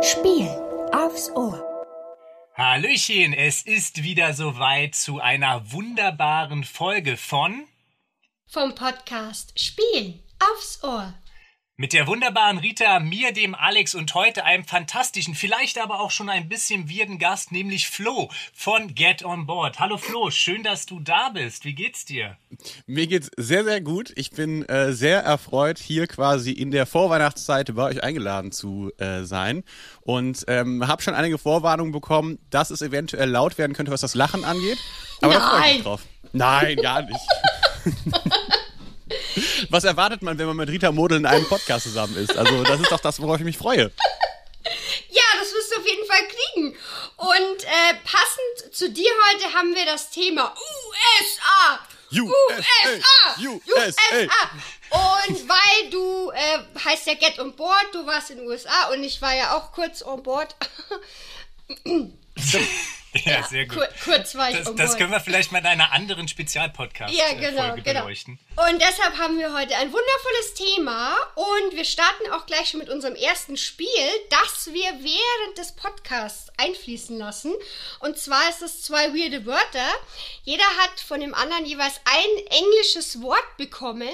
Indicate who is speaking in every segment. Speaker 1: Spiel aufs Ohr.
Speaker 2: Hallöchen, es ist wieder soweit zu einer wunderbaren Folge von
Speaker 3: Vom Podcast Spiel aufs Ohr.
Speaker 2: mit der wunderbaren Rita, mir, dem Alex und heute einem fantastischen, vielleicht aber auch schon ein bisschen wirden Gast, nämlich Flo von Get On Board. Hallo Flo, schön, dass du da bist. Wie geht's dir?
Speaker 4: Mir geht's sehr, sehr gut. Ich bin äh, sehr erfreut, hier quasi in der Vorweihnachtszeit bei euch eingeladen zu äh, sein. Und ähm, habe schon einige Vorwarnungen bekommen, dass es eventuell laut werden könnte, was das Lachen angeht. Aber da freue ich
Speaker 3: Nein.
Speaker 4: mich drauf. Nein, gar nicht. was erwartet man, wenn man mit Rita Model in einem Podcast zusammen ist? Also, das ist doch das, worauf ich mich freue.
Speaker 3: Ja, das wirst du auf jeden Fall kriegen. Und äh, passend zu dir heute haben wir das Thema USA. USA.
Speaker 4: USA.
Speaker 3: Und weil du äh, heißt ja Get on Board, du warst in den USA und ich war ja auch kurz on board.
Speaker 2: Ja, sehr gut.
Speaker 3: Kur kurz war ich
Speaker 2: Das,
Speaker 3: on
Speaker 2: das
Speaker 3: board.
Speaker 2: können wir vielleicht mal in einer anderen Spezialpodcast
Speaker 3: Oh Ja,
Speaker 2: äh,
Speaker 3: genau,
Speaker 2: Folge
Speaker 3: genau.
Speaker 2: beleuchten.
Speaker 3: Und deshalb haben wir heute ein wundervolles Thema und wir starten auch gleich schon mit unserem ersten Spiel, das wir während des Podcasts einfließen lassen. Und zwar ist es zwei weirde Wörter. Jeder hat von dem anderen jeweils ein englisches Wort bekommen,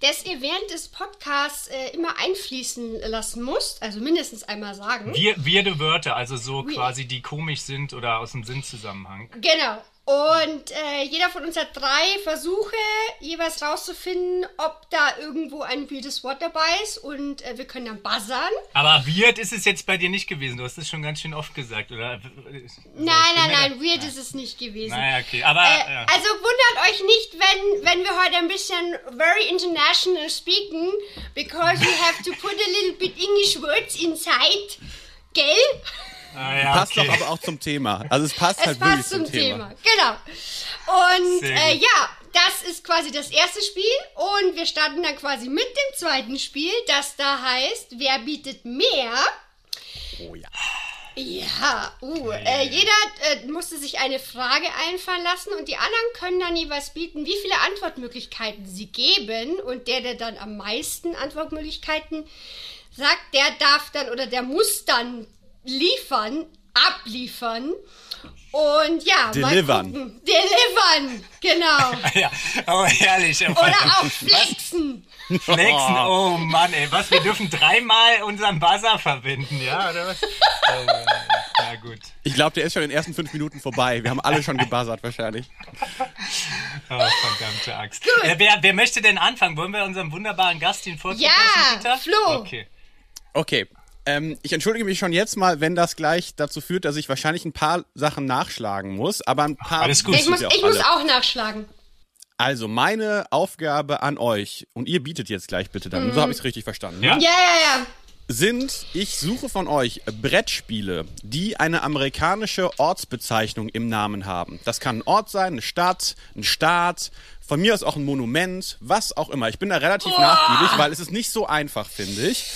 Speaker 3: das ihr während des Podcasts äh, immer einfließen lassen müsst, also mindestens einmal sagen.
Speaker 2: Wir, wirde Wörter, also so quasi, die komisch sind oder aus dem Sinnzusammenhang.
Speaker 3: Genau. Und äh, jeder von uns hat drei Versuche, jeweils rauszufinden, ob da irgendwo ein wildes Wort dabei ist. Und äh, wir können dann buzzern.
Speaker 2: Aber weird ist es jetzt bei dir nicht gewesen. Du hast es schon ganz schön oft gesagt, oder?
Speaker 3: Nein, nein, nein, weird ist es nicht gewesen.
Speaker 2: Naja, okay. Aber
Speaker 3: Äh,
Speaker 2: ja.
Speaker 3: also wundert euch nicht, wenn, wenn wir heute ein bisschen very international speaken, because we have to put a little bit English words inside. Gell?
Speaker 2: ah, ja,
Speaker 4: Passt
Speaker 2: okay.
Speaker 4: doch aber auch zum Thema. Also, es passt halt
Speaker 3: es
Speaker 4: wirklich
Speaker 3: passt zum
Speaker 4: Thema.
Speaker 3: Thema. Genau. Und
Speaker 2: Sehr
Speaker 3: äh,
Speaker 2: gut.
Speaker 3: ja, das ist quasi das erste Spiel und wir starten dann quasi mit dem zweiten Spiel, das da heißt, wer bietet mehr?
Speaker 4: Oh ja.
Speaker 3: Ja, uh, äh, jeder äh, musste sich eine Frage einfallen lassen und die anderen können dann jeweils bieten, wie viele Antwortmöglichkeiten sie geben und der, der dann am meisten Antwortmöglichkeiten sagt, der darf dann oder der muss dann liefern, abliefern und ja, mal
Speaker 4: Delivern.
Speaker 3: gucken. Delivern, genau.
Speaker 2: Ja, aber herrlich.
Speaker 3: Oder auch flexen.
Speaker 2: Flexen. Oh Mann, ey, was? Wir dürfen dreimal unseren Buzzer verwenden, ja, oder was? Oh, ja, ja, ja, gut.
Speaker 4: Ich glaube, der ist schon in den ersten fünf Minuten vorbei. Wir haben alle schon gebuzzert wahrscheinlich.
Speaker 2: Oh, verdammte Axt. Äh, wer, wer möchte denn anfangen? Wollen wir unserem wunderbaren Gast den Vorzug
Speaker 3: Ja,
Speaker 2: lassen, Peter?
Speaker 3: Flo.
Speaker 2: Okay.
Speaker 4: Okay. Ähm, ich entschuldige mich schon jetzt mal, wenn das gleich dazu führt, dass ich wahrscheinlich ein paar Sachen nachschlagen muss, aber ein paar.
Speaker 2: alles gut.
Speaker 3: Ich
Speaker 4: wisst
Speaker 3: muss,
Speaker 4: ihr
Speaker 3: ich
Speaker 4: alle.
Speaker 3: muss auch nachschlagen.
Speaker 4: Also, meine Aufgabe an euch, und ihr bietet jetzt gleich bitte dann,
Speaker 3: Mhm.
Speaker 4: so habe ich es richtig verstanden, ne?
Speaker 2: Ja.
Speaker 3: Ja, ja, ja.
Speaker 4: sind, ich suche von euch Brettspiele, die eine amerikanische Ortsbezeichnung im Namen haben. Das kann ein Ort sein, eine Stadt, ein Staat, von mir aus auch ein Monument, was auch immer. Ich bin da relativ nachgiebig, weil es ist nicht so einfach, finde ich.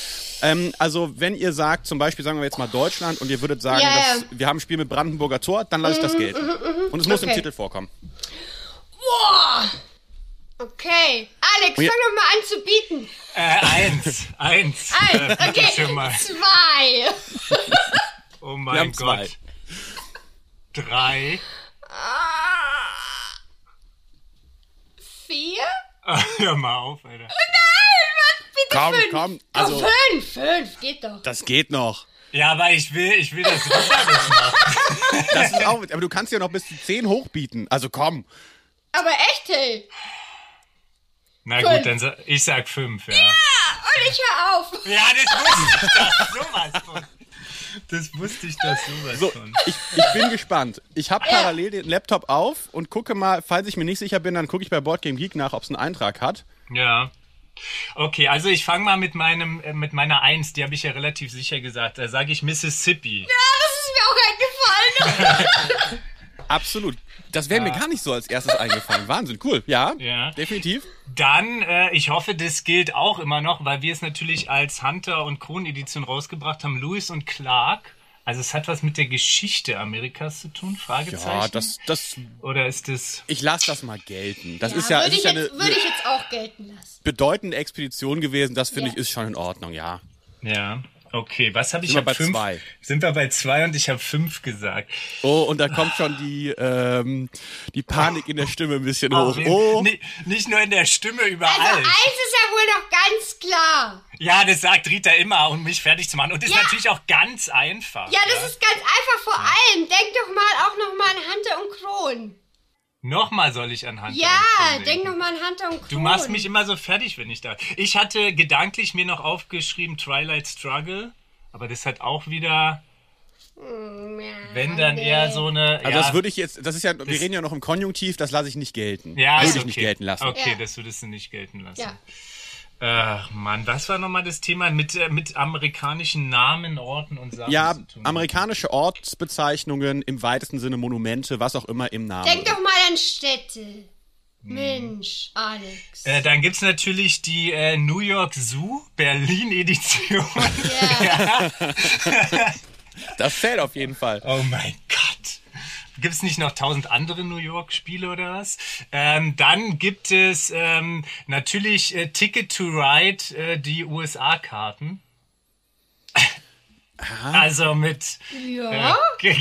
Speaker 4: Ähm, also, wenn ihr sagt, zum Beispiel, sagen wir jetzt mal Deutschland, und ihr würdet sagen,
Speaker 3: Ja, ja. Mhm,
Speaker 4: dass wir haben ein Spiel mit Brandenburger Tor, dann lasse ich das gelten. Und es muss im
Speaker 3: Okay.
Speaker 4: Titel vorkommen.
Speaker 3: Boah! Okay. Alex, fang
Speaker 4: Oh Ja.
Speaker 3: doch mal an zu bieten.
Speaker 2: Äh, eins. Eins.
Speaker 3: Eins,
Speaker 2: Äh, bitte
Speaker 3: okay.
Speaker 2: schon mal.
Speaker 3: Zwei.
Speaker 2: Oh
Speaker 4: Wir
Speaker 2: mein
Speaker 4: haben zwei.
Speaker 2: Gott. Drei.
Speaker 3: Ah. Vier?
Speaker 2: Hör mal auf, Alter.
Speaker 3: Bitte
Speaker 4: Komm,
Speaker 3: fünf. Oh,
Speaker 4: komm,
Speaker 3: Doch,
Speaker 4: also-
Speaker 3: fünf, fünf, geht doch.
Speaker 4: Das geht noch.
Speaker 2: Ja, aber ich will, ich will das Ritterlich machen.
Speaker 4: Das ist auch, aber du kannst ja noch bis zu 10 hochbieten. Also komm.
Speaker 3: Aber echt, hey.
Speaker 2: Na
Speaker 3: Fünf.
Speaker 2: gut, dann sa ich sag fünf, ja.
Speaker 3: Ah, Und ich hör auf.
Speaker 2: Ja, das wusste ich doch sowas von. Das wusste ich doch sowas
Speaker 4: So,
Speaker 2: von.
Speaker 4: ich, ich bin gespannt. Ich habe parallel den Laptop auf und gucke mal, falls ich mir nicht sicher bin, dann gucke ich bei Boardgame Geek nach, ob es einen Eintrag hat.
Speaker 2: Ja. Okay, also ich fange mal mit meinem, äh, mit meiner Eins, die habe ich ja relativ sicher gesagt. Da sage ich Mississippi.
Speaker 3: Ah, das ist mir auch eingefallen.
Speaker 4: Absolut. Das wäre mir gar nicht so als erstes eingefallen. Wahnsinn, cool. Ja,
Speaker 2: Ja.
Speaker 4: definitiv.
Speaker 2: Dann, äh, ich hoffe, das gilt auch immer noch, weil wir es natürlich als Hunter und Kron-Edition rausgebracht haben, Lewis und Clark. Also es hat was mit der Geschichte Amerikas zu tun, Fragezeichen.
Speaker 4: Ja, das, das,
Speaker 2: Oder ist das...
Speaker 4: ich lasse das mal gelten. Das ist
Speaker 3: Ja,
Speaker 4: ja,
Speaker 3: würde,
Speaker 4: es ist
Speaker 3: ich
Speaker 4: ja
Speaker 3: jetzt,
Speaker 4: eine,
Speaker 3: würde
Speaker 4: eine
Speaker 3: ich jetzt auch gelten lassen.
Speaker 4: bedeutende Expedition gewesen. Das finde
Speaker 3: Ja.
Speaker 4: ich ist schon in Ordnung, ja.
Speaker 2: Ja. Okay, was habe ich?
Speaker 4: Sind wir
Speaker 2: hab
Speaker 4: bei
Speaker 2: fünf,
Speaker 4: zwei?
Speaker 2: Sind wir bei zwei und ich habe fünf gesagt.
Speaker 4: Oh, und da kommt schon die, ähm, die Panik in der Stimme ein bisschen hoch.
Speaker 2: Ach,
Speaker 4: Oh,
Speaker 2: Ah, nee, Nicht nur in der Stimme,
Speaker 3: Also
Speaker 2: überall.
Speaker 3: eins ist ja wohl noch ganz klar.
Speaker 2: Ja, das sagt Rita immer, um mich fertig zu machen. Und ist
Speaker 3: Ja.
Speaker 2: natürlich auch ganz einfach.
Speaker 3: Ja, das ist ganz einfach. Vor allem, denk doch mal auch nochmal an Hunter und Kron.
Speaker 2: Nochmal soll ich an Hand.
Speaker 3: Ja, denk nochmal an Hunter und Kron.
Speaker 2: Du machst mich immer so fertig, wenn ich da. Ich hatte gedanklich mir noch aufgeschrieben Twilight Struggle, aber das hat auch wieder,
Speaker 3: Hm,
Speaker 2: wenn dann eher so eine. ja,
Speaker 4: also das würde ich jetzt, das ist ja, wir reden ja noch im Konjunktiv, das lasse ich nicht gelten.
Speaker 2: ja,
Speaker 4: würde
Speaker 2: ist
Speaker 4: ich nicht
Speaker 2: okay.
Speaker 4: gelten lassen.
Speaker 2: Okay,
Speaker 3: Ja.
Speaker 2: das würdest du nicht gelten lassen.
Speaker 3: Ja.
Speaker 2: Ach Mann, was war nochmal das Thema mit, äh, mit amerikanischen Namen, Orten und Sachen
Speaker 4: Ja,
Speaker 2: zu tun?
Speaker 4: amerikanische Ortsbezeichnungen, im weitesten Sinne Monumente, was auch immer im Namen.
Speaker 3: Denk doch mal an Städte.
Speaker 2: Mhm.
Speaker 3: Mensch, Alex.
Speaker 2: Äh, dann gibt's natürlich die äh, New York Zoo Berlin Edition.
Speaker 3: Ja.
Speaker 4: Das zählt auf jeden Fall.
Speaker 2: oh mein Gott. Gibt's nicht noch tausend andere New York Spiele oder was? Ähm, dann gibt es ähm, natürlich äh, Ticket to Ride, äh, die USA-Karten. Also mit.
Speaker 3: Ja.
Speaker 2: Äh,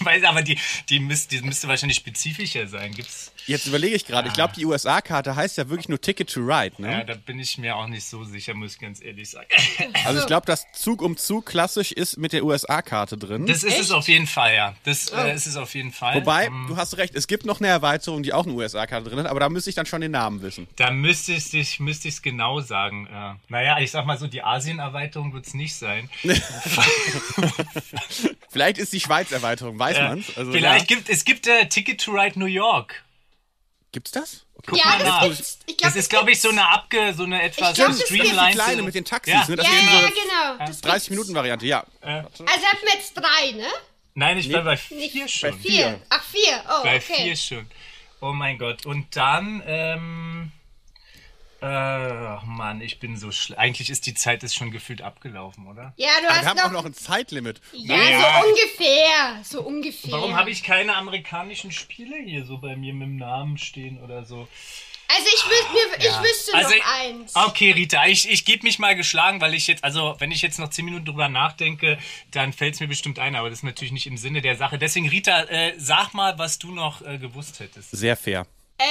Speaker 2: weiß, aber die, die, müsst, die müsste wahrscheinlich spezifischer sein. Gibt's.
Speaker 4: Jetzt überlege ich gerade, ich glaube, die USA-Karte heißt ja wirklich nur Ticket to Ride, ne?
Speaker 2: Ja, da bin ich mir auch nicht so sicher, muss ich ganz ehrlich sagen.
Speaker 4: Also ich glaube, das Zug um Zug klassisch ist mit der USA-Karte drin.
Speaker 2: Das ist es auf jeden Fall, ja. Das
Speaker 3: Oh.
Speaker 2: äh, ist es auf jeden Fall.
Speaker 4: Wobei,
Speaker 2: Mhm.
Speaker 4: du hast recht, es gibt noch eine Erweiterung, die auch eine USA-Karte drin hat, aber da müsste ich dann schon den Namen wissen.
Speaker 2: Da müsste ich es müsste ich's genau sagen. Äh, naja, ich sag mal so, die Asien-Erweiterung wird's nicht sein.
Speaker 4: Vielleicht ist die Schweiz-Erweiterung, weiß
Speaker 2: Äh,
Speaker 4: man's. Also,
Speaker 2: Vielleicht
Speaker 4: ja.
Speaker 2: gibt es gibt äh, Ticket to Ride New York.
Speaker 4: gibt's das? Okay.
Speaker 2: Guck
Speaker 3: Ja,
Speaker 2: mal
Speaker 3: das
Speaker 2: nach.
Speaker 3: gibt's. Ich glaub,
Speaker 2: das
Speaker 3: das
Speaker 2: ist, glaube ich,
Speaker 3: gibt's.
Speaker 2: so eine abge, so eine etwas
Speaker 3: glaub, das gibt's.
Speaker 4: Die
Speaker 2: streamlined.
Speaker 4: kleine mit den Taxis,
Speaker 2: Ja.
Speaker 4: ne?
Speaker 3: Ja,
Speaker 4: Das sind
Speaker 3: ja,
Speaker 4: so
Speaker 3: ja, genau. Das gibt's.
Speaker 4: 30-Minuten-Variante, ja.
Speaker 3: Also hatten wir jetzt drei, ne?
Speaker 2: Nein, ich war bei vier schon.
Speaker 4: bei
Speaker 3: Vier.
Speaker 4: Vier.
Speaker 3: Ach, vier. Oh,
Speaker 2: Bei
Speaker 3: okay.
Speaker 2: vier schon. Oh mein Gott. Und dann, ähm. Äh, oh Mann, ich bin so schlecht. Eigentlich ist die Zeit ist schon gefühlt abgelaufen, oder?
Speaker 3: Ja, du
Speaker 4: Aber wir
Speaker 3: hast
Speaker 4: haben auch
Speaker 3: noch.
Speaker 4: noch ein Zeitlimit.
Speaker 3: ja,
Speaker 2: Ja.
Speaker 3: so ungefähr. So ungefähr.
Speaker 2: Warum habe ich keine amerikanischen Spiele hier so bei mir mit dem Namen stehen oder so? Also
Speaker 3: Also ich, wüs mir, ich wüsste
Speaker 2: ich-
Speaker 3: noch eins.
Speaker 2: Okay, Rita, ich, ich gebe mich mal geschlagen, weil ich jetzt, also wenn ich jetzt noch zehn Minuten drüber nachdenke, dann fällt es mir bestimmt ein, aber das ist natürlich nicht im Sinne der Sache. Deswegen, Rita, äh, sag mal, was du noch äh, gewusst hättest.
Speaker 4: Sehr fair.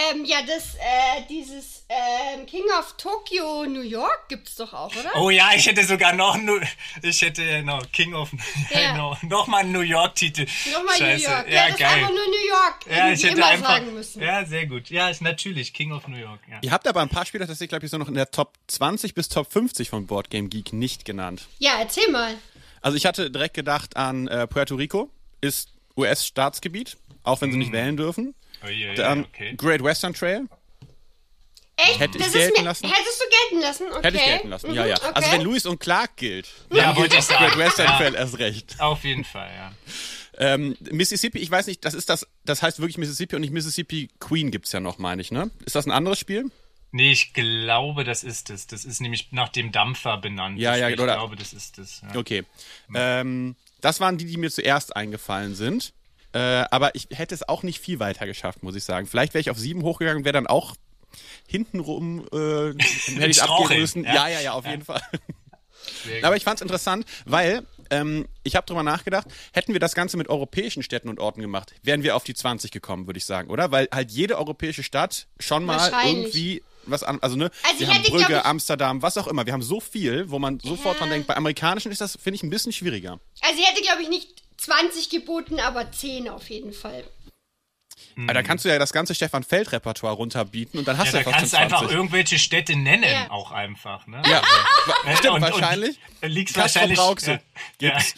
Speaker 3: Ähm, ja, das, äh, dieses ähm, King of Tokyo New York gibt's doch auch, oder?
Speaker 2: Oh ja, ich hätte sogar noch, nu- ich hätte noch King of,
Speaker 3: Ja.
Speaker 2: noch, noch mal einen New York-Titel.
Speaker 3: Nochmal New
Speaker 2: Scheiße,
Speaker 3: York.
Speaker 2: Ja,
Speaker 3: das ist
Speaker 2: geil.
Speaker 3: einfach nur New York,
Speaker 2: Ja,
Speaker 3: irgendwie
Speaker 2: ich hätte
Speaker 3: immer
Speaker 2: einfach,
Speaker 3: sagen müssen.
Speaker 2: ja, sehr gut. Ja, ist natürlich King of New York. Ja.
Speaker 4: Ihr habt aber ein paar Spiele, das ich glaube ich so noch in der Top 20 bis Top 50 von Board Game Geek nicht genannt.
Speaker 3: Ja, erzähl mal.
Speaker 4: Also ich hatte direkt gedacht an äh, Puerto Rico, ist US-Staatsgebiet, auch wenn sie nicht wählen dürfen.
Speaker 2: Uiuiui,
Speaker 4: Dann
Speaker 2: Mm. okay.
Speaker 4: Great Western Trail,
Speaker 3: Echt?
Speaker 4: Hätte ich
Speaker 3: das
Speaker 4: gelten
Speaker 3: ist mir,
Speaker 4: lassen?
Speaker 3: Hättest du gelten lassen? Okay.
Speaker 4: hätte ich gelten lassen. Ja,
Speaker 3: Mhm,
Speaker 4: ja.
Speaker 3: Okay.
Speaker 4: Also wenn Lewis und Clark gilt, dann
Speaker 2: Ja,
Speaker 4: gilt
Speaker 2: wollte ich
Speaker 4: auch Great
Speaker 2: sagen.
Speaker 4: Western
Speaker 2: Ja.
Speaker 4: Trail erst recht.
Speaker 2: Auf jeden Fall, ja.
Speaker 4: Ähm, Mississippi, ich weiß nicht, das ist das, das heißt wirklich Mississippi und nicht Mississippi Queen gibt's ja noch, meine ich, ne? Ist das ein anderes Spiel?
Speaker 2: Nee, ich glaube, das ist es. Das ist nämlich nach dem Dampfer benannt.
Speaker 4: Ja, ja,
Speaker 2: ich
Speaker 4: oder-
Speaker 2: glaube, das ist es. Ja.
Speaker 4: Okay. Ähm, das waren die, die mir zuerst eingefallen sind. Äh, aber ich hätte es auch nicht viel weiter geschafft, muss ich sagen. Vielleicht wäre ich auf sieben hochgegangen, wäre dann auch hintenrum, äh, hätte ich abgehen
Speaker 2: Straucheln,
Speaker 4: müssen.
Speaker 2: ja.
Speaker 4: Ja, ja, ja, auf jeden Fall. aber ich fand es interessant, weil ähm, ich habe drüber nachgedacht, hätten wir das Ganze mit europäischen Städten und Orten gemacht, wären wir auf die 20 gekommen, würde ich sagen, oder? Weil halt jede europäische Stadt schon mal
Speaker 3: Wahrscheinlich.
Speaker 4: irgendwie was an, also ne,
Speaker 3: Also
Speaker 4: wir
Speaker 3: ich
Speaker 4: haben
Speaker 3: hätte,
Speaker 4: Brügge,
Speaker 3: glaub ich-
Speaker 4: Amsterdam, was auch immer. Wir haben so viel, wo man sofort dran denkt. Bei amerikanischen ist das, finde ich, ein bisschen schwieriger.
Speaker 3: Also ich hätte, glaube ich, nicht 20 geboten, aber 10 auf jeden Fall.
Speaker 4: Aber da kannst du ja das ganze Stefan Feld-Repertoire runterbieten und dann hast
Speaker 2: Hm. Ja, da
Speaker 4: du ja
Speaker 2: kannst
Speaker 4: fast
Speaker 2: du
Speaker 4: schon
Speaker 2: einfach
Speaker 4: 20.
Speaker 2: irgendwelche Städte nennen,
Speaker 3: Ja.
Speaker 2: auch einfach. Ne?
Speaker 4: Ja,
Speaker 2: Äh,
Speaker 4: stimmt,
Speaker 2: und- und
Speaker 4: wahrscheinlich.
Speaker 2: Liegt's
Speaker 4: Castro
Speaker 2: wahrscheinlich.
Speaker 4: Brauxel
Speaker 2: Ja, ja.
Speaker 4: gibt's.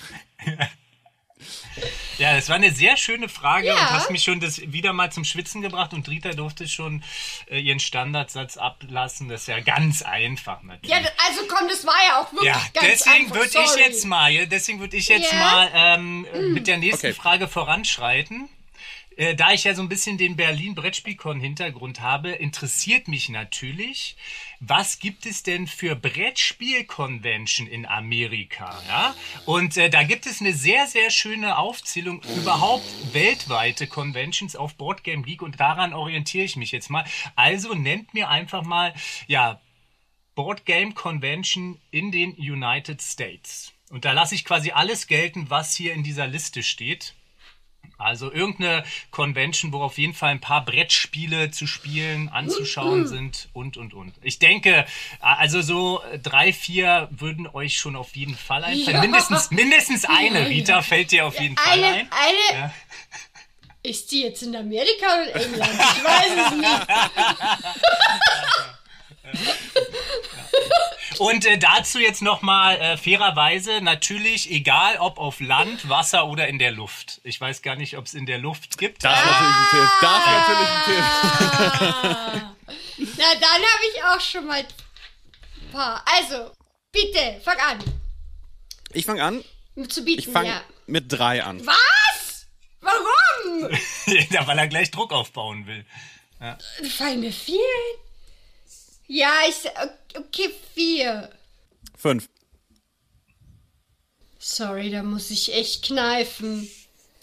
Speaker 2: ja, das war eine sehr schöne Frage
Speaker 3: Ja.
Speaker 2: und hast mich schon das wieder mal zum Schwitzen gebracht und Rita durfte schon äh, ihren Standardsatz ablassen. Das ist ja ganz einfach natürlich.
Speaker 3: Ja, d- also komm, das war ja auch wirklich
Speaker 2: Ja,
Speaker 3: ganz
Speaker 2: deswegen
Speaker 3: einfach.
Speaker 2: würde ich
Speaker 3: sorry.
Speaker 2: jetzt mal, ja, deswegen würde ich jetzt
Speaker 3: Ja. Mm.
Speaker 2: mal ähm, äh, mit der nächsten
Speaker 4: Okay.
Speaker 2: Frage voranschreiten. Äh, Da ich ja so ein bisschen den Berlin Brettspielkon Hintergrund habe, interessiert mich natürlich, was gibt es denn für Brettspiel-Convention in Amerika? Ja? Und äh, da gibt es eine sehr, sehr schöne Aufzählung überhaupt weltweite Conventions auf Boardgame Geek und daran orientiere ich mich jetzt mal. Also nennt mir einfach mal, ja, Board Game Convention in den United States. Und da lasse ich quasi alles gelten, was hier in dieser Liste steht. Also irgendeine Convention, wo auf jeden Fall ein paar Brettspiele zu spielen, anzuschauen sind und, und, und. Ich denke, also so drei, vier würden euch schon auf jeden Fall einfallen.
Speaker 3: Ja.
Speaker 2: Mindestens, mindestens eine, Rita, fällt dir auf jeden Fall
Speaker 3: Eine,
Speaker 2: ein.
Speaker 3: eine. Ist die jetzt in Amerika oder in England? Ich weiß es nicht.
Speaker 2: Und äh, dazu jetzt nochmal äh, fairerweise, natürlich, egal ob auf Land, Wasser oder in der Luft. Ich weiß gar nicht, ob es in der Luft gibt.
Speaker 4: Das ist
Speaker 3: Ah.
Speaker 4: natürlich ein Tipp. Das ist natürlich ein Tipp.
Speaker 3: Na, dann habe ich auch schon mal ein paar. Also, bitte, fang an.
Speaker 4: Ich fange an.
Speaker 3: Zu bieten,
Speaker 4: Ich fange
Speaker 3: ja.
Speaker 4: mit drei an.
Speaker 3: Was? Warum?
Speaker 2: ja, weil er gleich Druck aufbauen will.
Speaker 3: Fallen mir vier ein? Ja, ich. Okay, vier.
Speaker 4: Fünf.
Speaker 3: Sorry, da muss ich echt kneifen.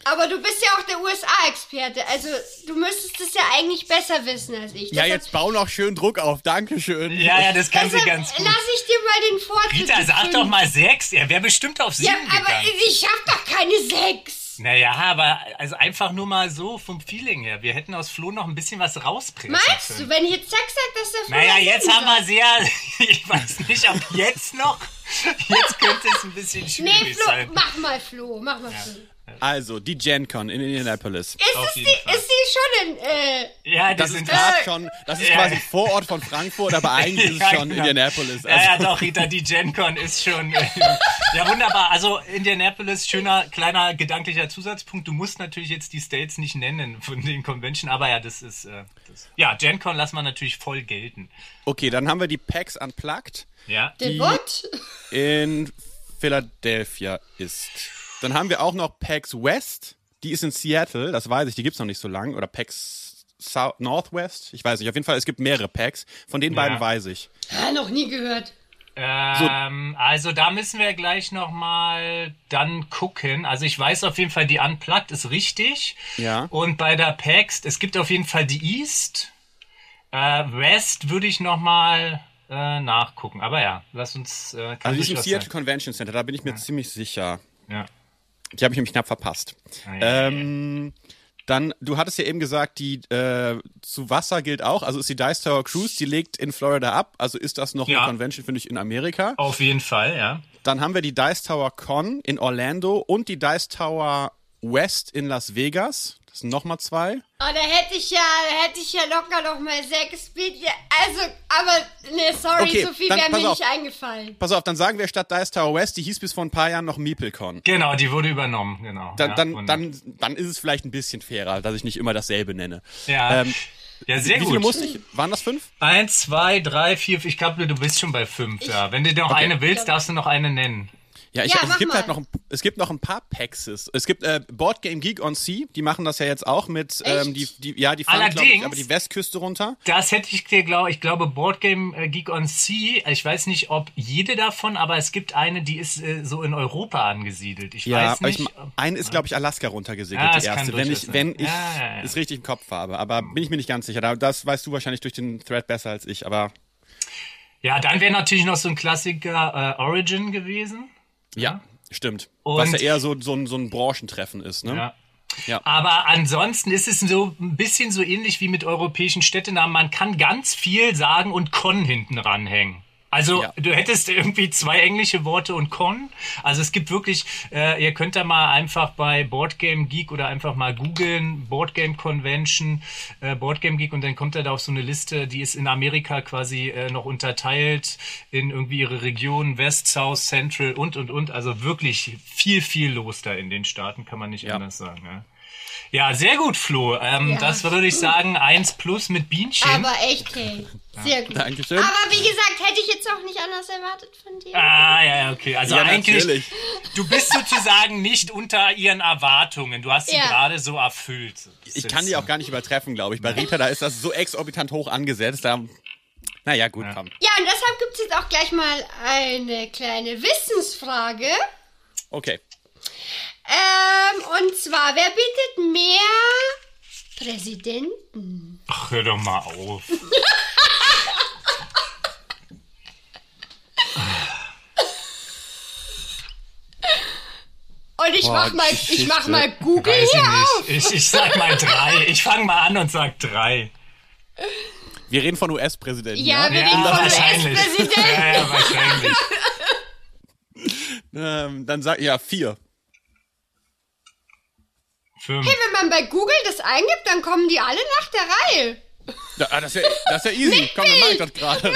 Speaker 3: Aber du bist ja auch der USA-Experte, also du müsstest es ja eigentlich besser wissen als ich.
Speaker 4: Ja,
Speaker 3: Deshalb-
Speaker 4: jetzt bau noch schön Druck auf. Dankeschön.
Speaker 2: Ja, ja, das kann sie
Speaker 3: deshalb
Speaker 2: ganz gut.
Speaker 3: Also, Lass ich dir mal den Vortritt.
Speaker 2: Rita,
Speaker 3: die
Speaker 2: sag
Speaker 3: fünf.
Speaker 2: doch mal sechs. Er wäre bestimmt auf sieben
Speaker 3: Ja, aber
Speaker 2: gegangen.
Speaker 3: ich hab doch keine sechs.
Speaker 2: Naja, aber also einfach nur mal so vom Feeling her. Wir hätten aus Flo noch ein bisschen was rauspressen
Speaker 3: Meinst du,
Speaker 2: können.
Speaker 3: wenn ich jetzt zack sag, dass der
Speaker 2: Naja,
Speaker 3: vorher
Speaker 2: jetzt
Speaker 3: sieben
Speaker 2: haben
Speaker 3: war?
Speaker 2: wir sehr. Ich weiß nicht, ob jetzt noch. Jetzt könnte es ein bisschen schwierig
Speaker 3: Nee, Flo,
Speaker 2: sein.
Speaker 3: mach mal Flo, mach mal Flo.
Speaker 4: Also, die Gen Con in Indianapolis.
Speaker 3: Ist,
Speaker 2: Auf
Speaker 3: es die,
Speaker 2: jeden Fall.
Speaker 3: ist die schon in, äh,
Speaker 2: Ja, die
Speaker 4: Das ist
Speaker 2: sind
Speaker 4: gerade
Speaker 3: Äh.
Speaker 4: schon, das ist
Speaker 2: Ja.
Speaker 4: quasi Vorort von Frankfurt, aber eigentlich ist es schon
Speaker 2: genau.
Speaker 4: Indianapolis.
Speaker 2: Ja, ja,
Speaker 4: Also,
Speaker 2: doch, Rita, die GenCon ist schon. äh, ja, wunderbar. Also, Indianapolis, schöner kleiner gedanklicher Zusatzpunkt. Du musst natürlich jetzt die States nicht nennen von den Convention, aber ja, das ist. Äh, das. Ja, GenCon lassen wir natürlich voll gelten.
Speaker 4: okay, dann haben wir die PAX Unplugged
Speaker 2: Ja.
Speaker 3: den
Speaker 4: Die-
Speaker 3: What?
Speaker 4: in Philadelphia ist. Dann haben wir auch noch PAX West. Die ist in Seattle, das weiß ich, die gibt's noch nicht so lange. Oder PAX South Northwest, ich weiß nicht. Auf jeden Fall, es gibt mehrere PAX. Von den beiden weiß ich.
Speaker 3: Ah, noch nie gehört.
Speaker 2: Ähm, also da müssen wir gleich nochmal dann gucken. Also ich weiß auf jeden Fall, die Unplugged ist richtig.
Speaker 4: Ja.
Speaker 2: Und bei der PAX, es gibt auf jeden Fall die East. Äh, West würde ich nochmal äh, nachgucken. Aber ja, lass uns. Äh, kann
Speaker 4: Also, die ist im
Speaker 2: durchaus
Speaker 4: Seattle
Speaker 2: sein.
Speaker 4: Convention Center, da bin ich mir ziemlich sicher.
Speaker 2: Ja.
Speaker 4: Die habe ich nämlich knapp verpasst.
Speaker 2: Ah, ja,
Speaker 4: ähm, dann, du hattest ja eben gesagt, die äh, zu Wasser gilt auch. Also ist die Dice Tower Cruise, die legt in Florida ab. Also ist das noch
Speaker 2: Ja.
Speaker 4: eine Convention, finde ich, in Amerika.
Speaker 2: Auf jeden Fall, ja.
Speaker 4: Dann haben wir die Dice Tower Con in Orlando und die Dice Tower West in Las Vegas. Das sind nochmal zwei.
Speaker 3: Oh, da hätte ich ja, da hätte ich ja locker noch mal sechs Beat. Ja, also, aber ne, sorry,
Speaker 4: Okay,
Speaker 3: so viel
Speaker 4: dann
Speaker 3: wäre
Speaker 4: pass
Speaker 3: mir
Speaker 4: auf.
Speaker 3: nicht eingefallen.
Speaker 4: Pass auf, dann sagen wir statt Dice Tower West, die hieß bis vor ein paar Jahren noch MeepleCon.
Speaker 2: Genau, die wurde übernommen, genau.
Speaker 4: Dann,
Speaker 2: ja,
Speaker 4: dann,
Speaker 2: und-
Speaker 4: dann, dann ist es vielleicht ein bisschen fairer, dass ich nicht immer dasselbe nenne.
Speaker 2: Ja,
Speaker 4: ähm,
Speaker 2: ja sehr
Speaker 4: Wie
Speaker 2: gut.
Speaker 4: viele musste ich? Waren das fünf?
Speaker 2: Eins, zwei, drei, vier, ich glaube, du bist schon bei fünf. ja. Wenn du noch eine willst, darfst du noch eine nennen.
Speaker 4: Ja, ich,
Speaker 3: Ja,
Speaker 4: also es
Speaker 3: mach
Speaker 4: gibt halt
Speaker 3: mal.
Speaker 4: noch ein, es gibt noch ein paar Paxes. Es gibt äh, Board Game Geek on Sea, die machen das ja jetzt auch mit ähm, die,
Speaker 3: Echt?
Speaker 4: die ja, die fahren glaub ich
Speaker 2: Allerdings-
Speaker 4: aber die Westküste runter.
Speaker 2: Das hätte ich dir, glaube ich, glaube Boardgame äh, Geek on Sea, ich weiß nicht, ob jede davon, aber es gibt eine, die ist äh, so in Europa angesiedelt. Ich
Speaker 4: Ja,
Speaker 2: weiß
Speaker 4: aber ich,
Speaker 2: nicht. äh, Ah,
Speaker 4: ma- eine ist glaube ich Alaska runtergesegelt,
Speaker 2: Ja,
Speaker 4: die
Speaker 2: es kann
Speaker 4: erste, wenn
Speaker 2: durchaus
Speaker 4: ich wenn
Speaker 2: sein.
Speaker 4: ich
Speaker 2: Ja, ja, ja.
Speaker 4: es richtig im Kopf habe, aber bin ich mir nicht ganz sicher. Da- Das weißt du wahrscheinlich durch den Thread besser als ich, aber
Speaker 2: ja, dann wäre natürlich noch so ein Klassiker äh, Origin gewesen.
Speaker 4: ja, stimmt.
Speaker 2: Und-
Speaker 4: Was ja eher so so ein, so ein Branchentreffen ist, ne?
Speaker 2: Ja. Ah,
Speaker 4: Ja.
Speaker 2: Aber ansonsten ist es so ein bisschen so ähnlich wie mit europäischen Städtenamen. Man kann ganz viel sagen und Con hinten ranhängen. Also
Speaker 4: Ja.
Speaker 2: du hättest irgendwie zwei englische Worte und Con. Also es gibt wirklich, äh, ihr könnt da mal einfach bei Boardgame Geek oder einfach mal googeln, Boardgame Convention, äh, Boardgame Geek und dann kommt er da auf so eine Liste, die ist in Amerika quasi äh, noch unterteilt in irgendwie ihre Regionen, West, South, Central und, und, und. Also wirklich viel, viel los da in den Staaten, kann man nicht anders sagen. Ja. Ja, sehr gut, Flo. Ähm,
Speaker 3: Ja.
Speaker 2: Das würde ich sagen, 1 plus mit Bienchen.
Speaker 3: Aber echt, hey. Sehr gut.
Speaker 4: Dankeschön.
Speaker 3: Aber wie gesagt, hätte ich jetzt auch nicht anders erwartet von dir.
Speaker 2: ah, ja, ja, okay. Also
Speaker 4: Ja,
Speaker 2: eigentlich,
Speaker 4: natürlich.
Speaker 2: du bist sozusagen nicht unter ihren Erwartungen. Du hast sie
Speaker 3: Ja.
Speaker 2: gerade so erfüllt.
Speaker 4: Ich kann die auch gar nicht übertreffen, glaube ich. Bei Rita, da ist das so exorbitant hoch angesetzt. Da, naja, gut, komm.
Speaker 3: Ja, und deshalb gibt es jetzt auch gleich mal eine kleine Wissensfrage.
Speaker 4: Okay.
Speaker 3: Ähm, und zwar, wer bietet mehr Präsidenten?
Speaker 2: Ach, hör doch mal auf.
Speaker 3: Und ich
Speaker 4: Boah,
Speaker 3: mach mal, ich
Speaker 4: Geschichte.
Speaker 3: mach mal Google
Speaker 2: Weiß
Speaker 3: hier auf.
Speaker 2: ich nicht. Ich, ich sag mal drei. Ich fange mal an und sag drei.
Speaker 4: Wir reden von US-Präsidenten.
Speaker 3: Ja, wir reden von US-Präsidenten.
Speaker 2: Ja, ja, wahrscheinlich.
Speaker 4: Ähm, dann sag ja vier.
Speaker 2: Fünf.
Speaker 3: Wenn man bei Google das eingibt, dann kommen die alle nach der Reihe.
Speaker 4: Da, ah, das ist ja, das ist ja easy. Komm, dann mach ich das gerade.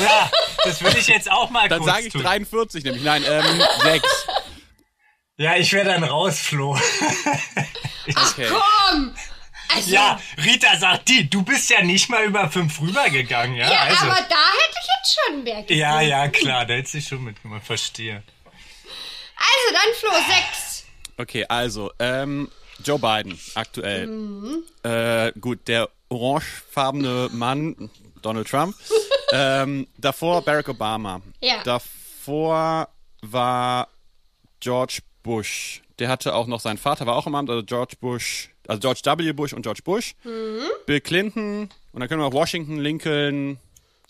Speaker 2: Ja, das würde ich jetzt auch mal
Speaker 4: Dann
Speaker 2: kurz
Speaker 4: sage ich
Speaker 2: tun.
Speaker 4: 43 nämlich. Nein, ähm, sechs.
Speaker 2: Ja, ich wäre dann raus, Flo.
Speaker 4: Okay.
Speaker 3: Komm! Also,
Speaker 2: Äh. Ja, Rita sagt die, du bist ja nicht mal über fünf rübergegangen, ja?
Speaker 3: ja,
Speaker 2: also.
Speaker 3: aber da hätte ich jetzt schon mehr gegeben.
Speaker 2: ja, ja, klar, da hättest du schon mitgemacht, verstehe.
Speaker 3: Also dann Flo 6.
Speaker 4: Okay, also, ähm, Joe Biden aktuell. Äh, gut, der orangefarbene Mann, Donald Trump. ähm, davor Barack Obama.
Speaker 3: Ja.
Speaker 4: Davor war George Bush. Der hatte auch noch, sein Vater war auch im Amt, also George Bush, also George W. Bush und George Bush. Bill Clinton und dann können wir auch Washington, Lincoln.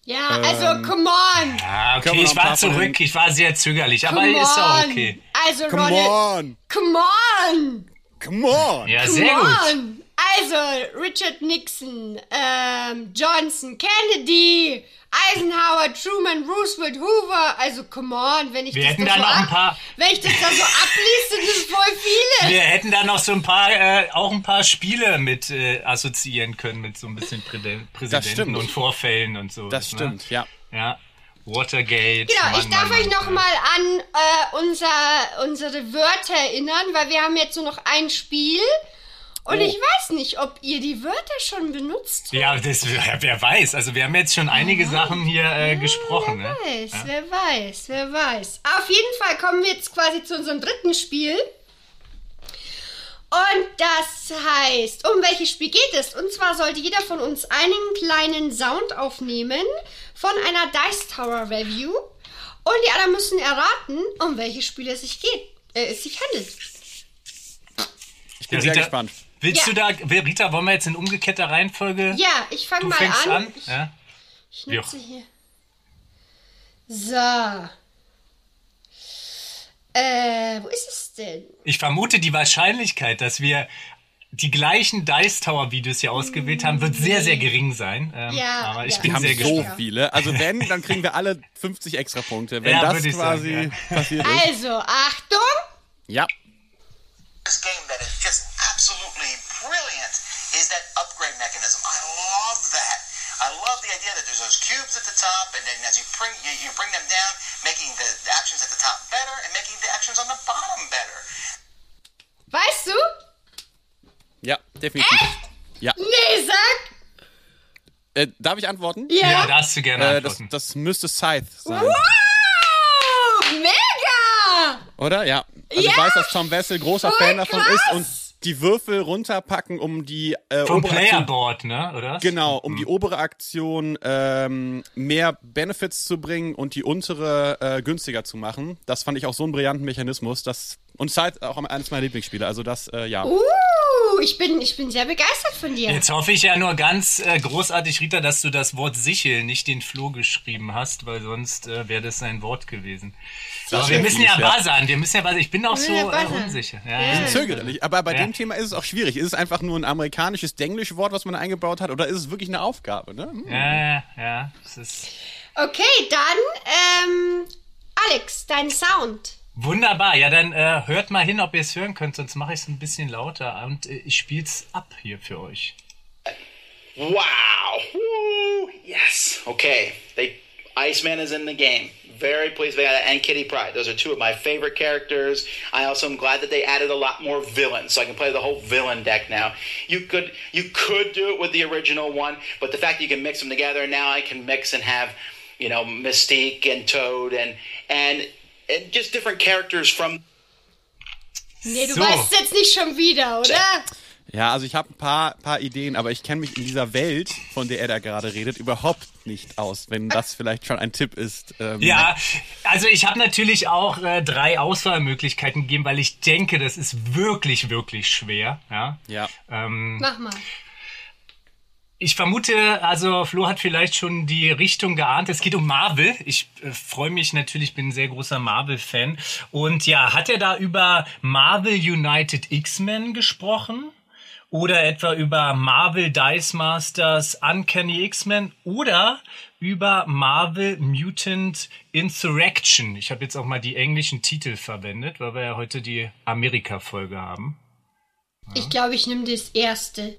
Speaker 3: Ja,
Speaker 2: Ähm,
Speaker 3: also come on.
Speaker 2: Ah, okay,
Speaker 4: Können wir noch
Speaker 2: ich
Speaker 4: ein
Speaker 2: war
Speaker 4: paar von
Speaker 2: zurück, ich war sehr zögerlich, aber
Speaker 3: Come
Speaker 2: ist auch
Speaker 3: on.
Speaker 2: okay.
Speaker 3: Also
Speaker 4: Come
Speaker 3: Ronald.
Speaker 4: on!
Speaker 3: Come on.
Speaker 4: Come on!
Speaker 2: Ja,
Speaker 3: Come
Speaker 2: sehr gut.
Speaker 3: on. Also Richard Nixon, ähm, Johnson, Kennedy, Eisenhower, Truman, Roosevelt, Hoover. Also come on, wenn ich
Speaker 2: Wir
Speaker 3: das
Speaker 2: hätten
Speaker 3: da
Speaker 2: da
Speaker 3: so
Speaker 2: noch ein
Speaker 3: ab-
Speaker 2: paar-
Speaker 3: Wenn ich das da so abliest, sind es voll viele.
Speaker 2: Wir hätten da noch so ein paar, äh, auch ein paar Spiele mit äh, assoziieren können, mit so ein bisschen Präde- Präsidenten
Speaker 4: stimmt.
Speaker 2: und Vorfällen und so. ne?
Speaker 4: Das stimmt, ja.
Speaker 2: Ja. Watergate.
Speaker 3: Genau,
Speaker 2: Mann,
Speaker 3: ich darf
Speaker 2: Mann,
Speaker 3: euch
Speaker 2: Mann.
Speaker 3: nochmal an äh, unser, unsere Wörter erinnern, weil wir haben jetzt nur noch ein Spiel. Und
Speaker 4: Oh.
Speaker 3: ich weiß nicht, ob ihr die Wörter schon benutzt habt.
Speaker 2: Ja, das, wer wer weiß. Also wir haben jetzt schon einige Sachen hier äh, gesprochen. Ne?
Speaker 3: Wer weiß, wer weiß, wer weiß. Auf jeden Fall kommen wir jetzt quasi zu unserem dritten Spiel. Und das heißt, um welches Spiel geht es? Und zwar sollte jeder von uns einen kleinen Sound aufnehmen von einer Dice Tower Review. Und die anderen müssen erraten, um welches Spiel es sich geht. Äh, es sich handelt.
Speaker 4: Ich bin
Speaker 2: Ja,
Speaker 4: sehr
Speaker 2: Rita,
Speaker 4: gespannt.
Speaker 2: Willst
Speaker 3: Ja.
Speaker 2: du da, will- Rita, wollen wir jetzt in umgekehrter Reihenfolge?
Speaker 3: Ja, ich fange
Speaker 2: du
Speaker 3: mal
Speaker 2: fängst
Speaker 3: an.
Speaker 2: an.
Speaker 3: Ich,
Speaker 2: Ja.
Speaker 3: ich nutze hier. So. Äh, wo ist es denn?
Speaker 2: Ich vermute, die Wahrscheinlichkeit, dass wir die gleichen Dice Tower Videos hier ausgewählt haben, wird sehr, sehr gering sein. Ähm,
Speaker 3: Ja,
Speaker 2: aber ich
Speaker 3: ja.
Speaker 2: bin
Speaker 4: Wir haben
Speaker 2: sehr
Speaker 4: so
Speaker 2: gespannt.
Speaker 4: viele. Also wenn, dann kriegen wir alle 50 extra Punkte. Wenn
Speaker 2: Ja,
Speaker 4: das
Speaker 2: würde ich
Speaker 4: quasi
Speaker 2: sagen,
Speaker 4: passiert ist.
Speaker 3: Also, Achtung!
Speaker 4: Ja.
Speaker 5: this game that is just absolutely brilliant is that upgrade mechanism. I love that. I love the idea that there's those cubes at the top, and then as you bring you, you bring them down, making the the actions at the top better and making the actions on the bottom better.
Speaker 3: Weißt du?
Speaker 4: Ja, definitiv. Ja.
Speaker 3: Nee, sag!
Speaker 4: Äh, darf ich antworten?
Speaker 3: Ja!
Speaker 2: Ja, darfst du gerne
Speaker 4: Äh, das,
Speaker 2: antworten.
Speaker 4: das müsste Scythe sein.
Speaker 3: Wow! Oh, Mega!
Speaker 4: Oder? Ja. Also
Speaker 3: Ja!
Speaker 4: ich weiß, dass Tom Wessel großer
Speaker 3: Voll
Speaker 4: Fan davon
Speaker 3: Oh, krass!
Speaker 4: ist und die Würfel runterpacken, um die äh,
Speaker 2: Vom
Speaker 4: obere Aktion,
Speaker 2: Playerboard, ne? Oder?
Speaker 4: genau, um die obere Aktion ähm, mehr Benefits zu bringen und die untere äh, günstiger zu machen. Das fand ich auch so einen brillanten Mechanismus. Das, und Scythe auch eines meiner Lieblingsspiele. Also das, äh, ja.
Speaker 3: Uh, ich bin, ich bin sehr begeistert von dir.
Speaker 2: Jetzt hoffe ich ja nur ganz äh, großartig, Rita, dass du das Wort Sichel nicht den Floh geschrieben hast, weil sonst äh, wäre das ein Wort gewesen. Aber wir müssen ja
Speaker 4: Ja.
Speaker 2: buzzern, wir müssen ja buzzern. Ich bin auch so
Speaker 3: ja
Speaker 2: äh,
Speaker 3: buzzern.
Speaker 2: unsicher. Ja, ja.
Speaker 4: bisschen zögerlich, aber bei
Speaker 2: Ja.
Speaker 4: dem Thema ist es auch schwierig. Ist es einfach nur ein amerikanisches Denglischwort, was man eingebaut hat, oder ist es wirklich eine Aufgabe? Ne? Hm.
Speaker 2: Ja, ja, es ist
Speaker 3: Okay, dann, ähm, Alex, dein Sound.
Speaker 2: wunderbar. Ja, dann äh, hört mal hin, ob ihr es hören könnt, sonst mache ich es ein bisschen lauter und äh, ich spiel's ab hier für euch.
Speaker 6: Wow. Woo. Yes. Okay. They Iceman is in the game. Very pleased they got it. And Kitty Pride. Those are two of my favorite characters. I also am glad that they added a lot more villains, so I can play the whole villain deck now. You could you could do it with the original one, but the fact that you can mix them together now, I can mix and have, you know, Mystique and Toad and and, and just different characters from
Speaker 3: Nee, du
Speaker 2: So.
Speaker 3: weißt es jetzt nicht schon wieder, oder?
Speaker 4: Ja, also ich habe ein paar, paar Ideen, aber ich kenne mich in dieser Welt, von der er da gerade redet, überhaupt nicht aus, wenn das vielleicht schon ein Tipp ist. Ähm,
Speaker 2: Ja, also ich habe natürlich auch äh, drei Auswahlmöglichkeiten gegeben, weil ich denke, das Äh. ist wirklich, wirklich schwer. Ja.
Speaker 4: Ja.
Speaker 2: Ähm,
Speaker 3: Mach mal.
Speaker 2: Ich vermute, also Flo hat vielleicht schon die Richtung geahnt. Es geht um Marvel. Ich äh, freue mich natürlich, bin ein sehr großer Marvel-Fan. Und ja, hat er da über Marvel United X-Men gesprochen? Oder etwa über Marvel Dice Masters Uncanny X-Men? Oder über Marvel Mutant Insurrection? Ich habe jetzt auch mal die englischen Titel verwendet, weil wir ja heute die Amerika-Folge haben.
Speaker 3: Ich glaube, ich nehme das erste.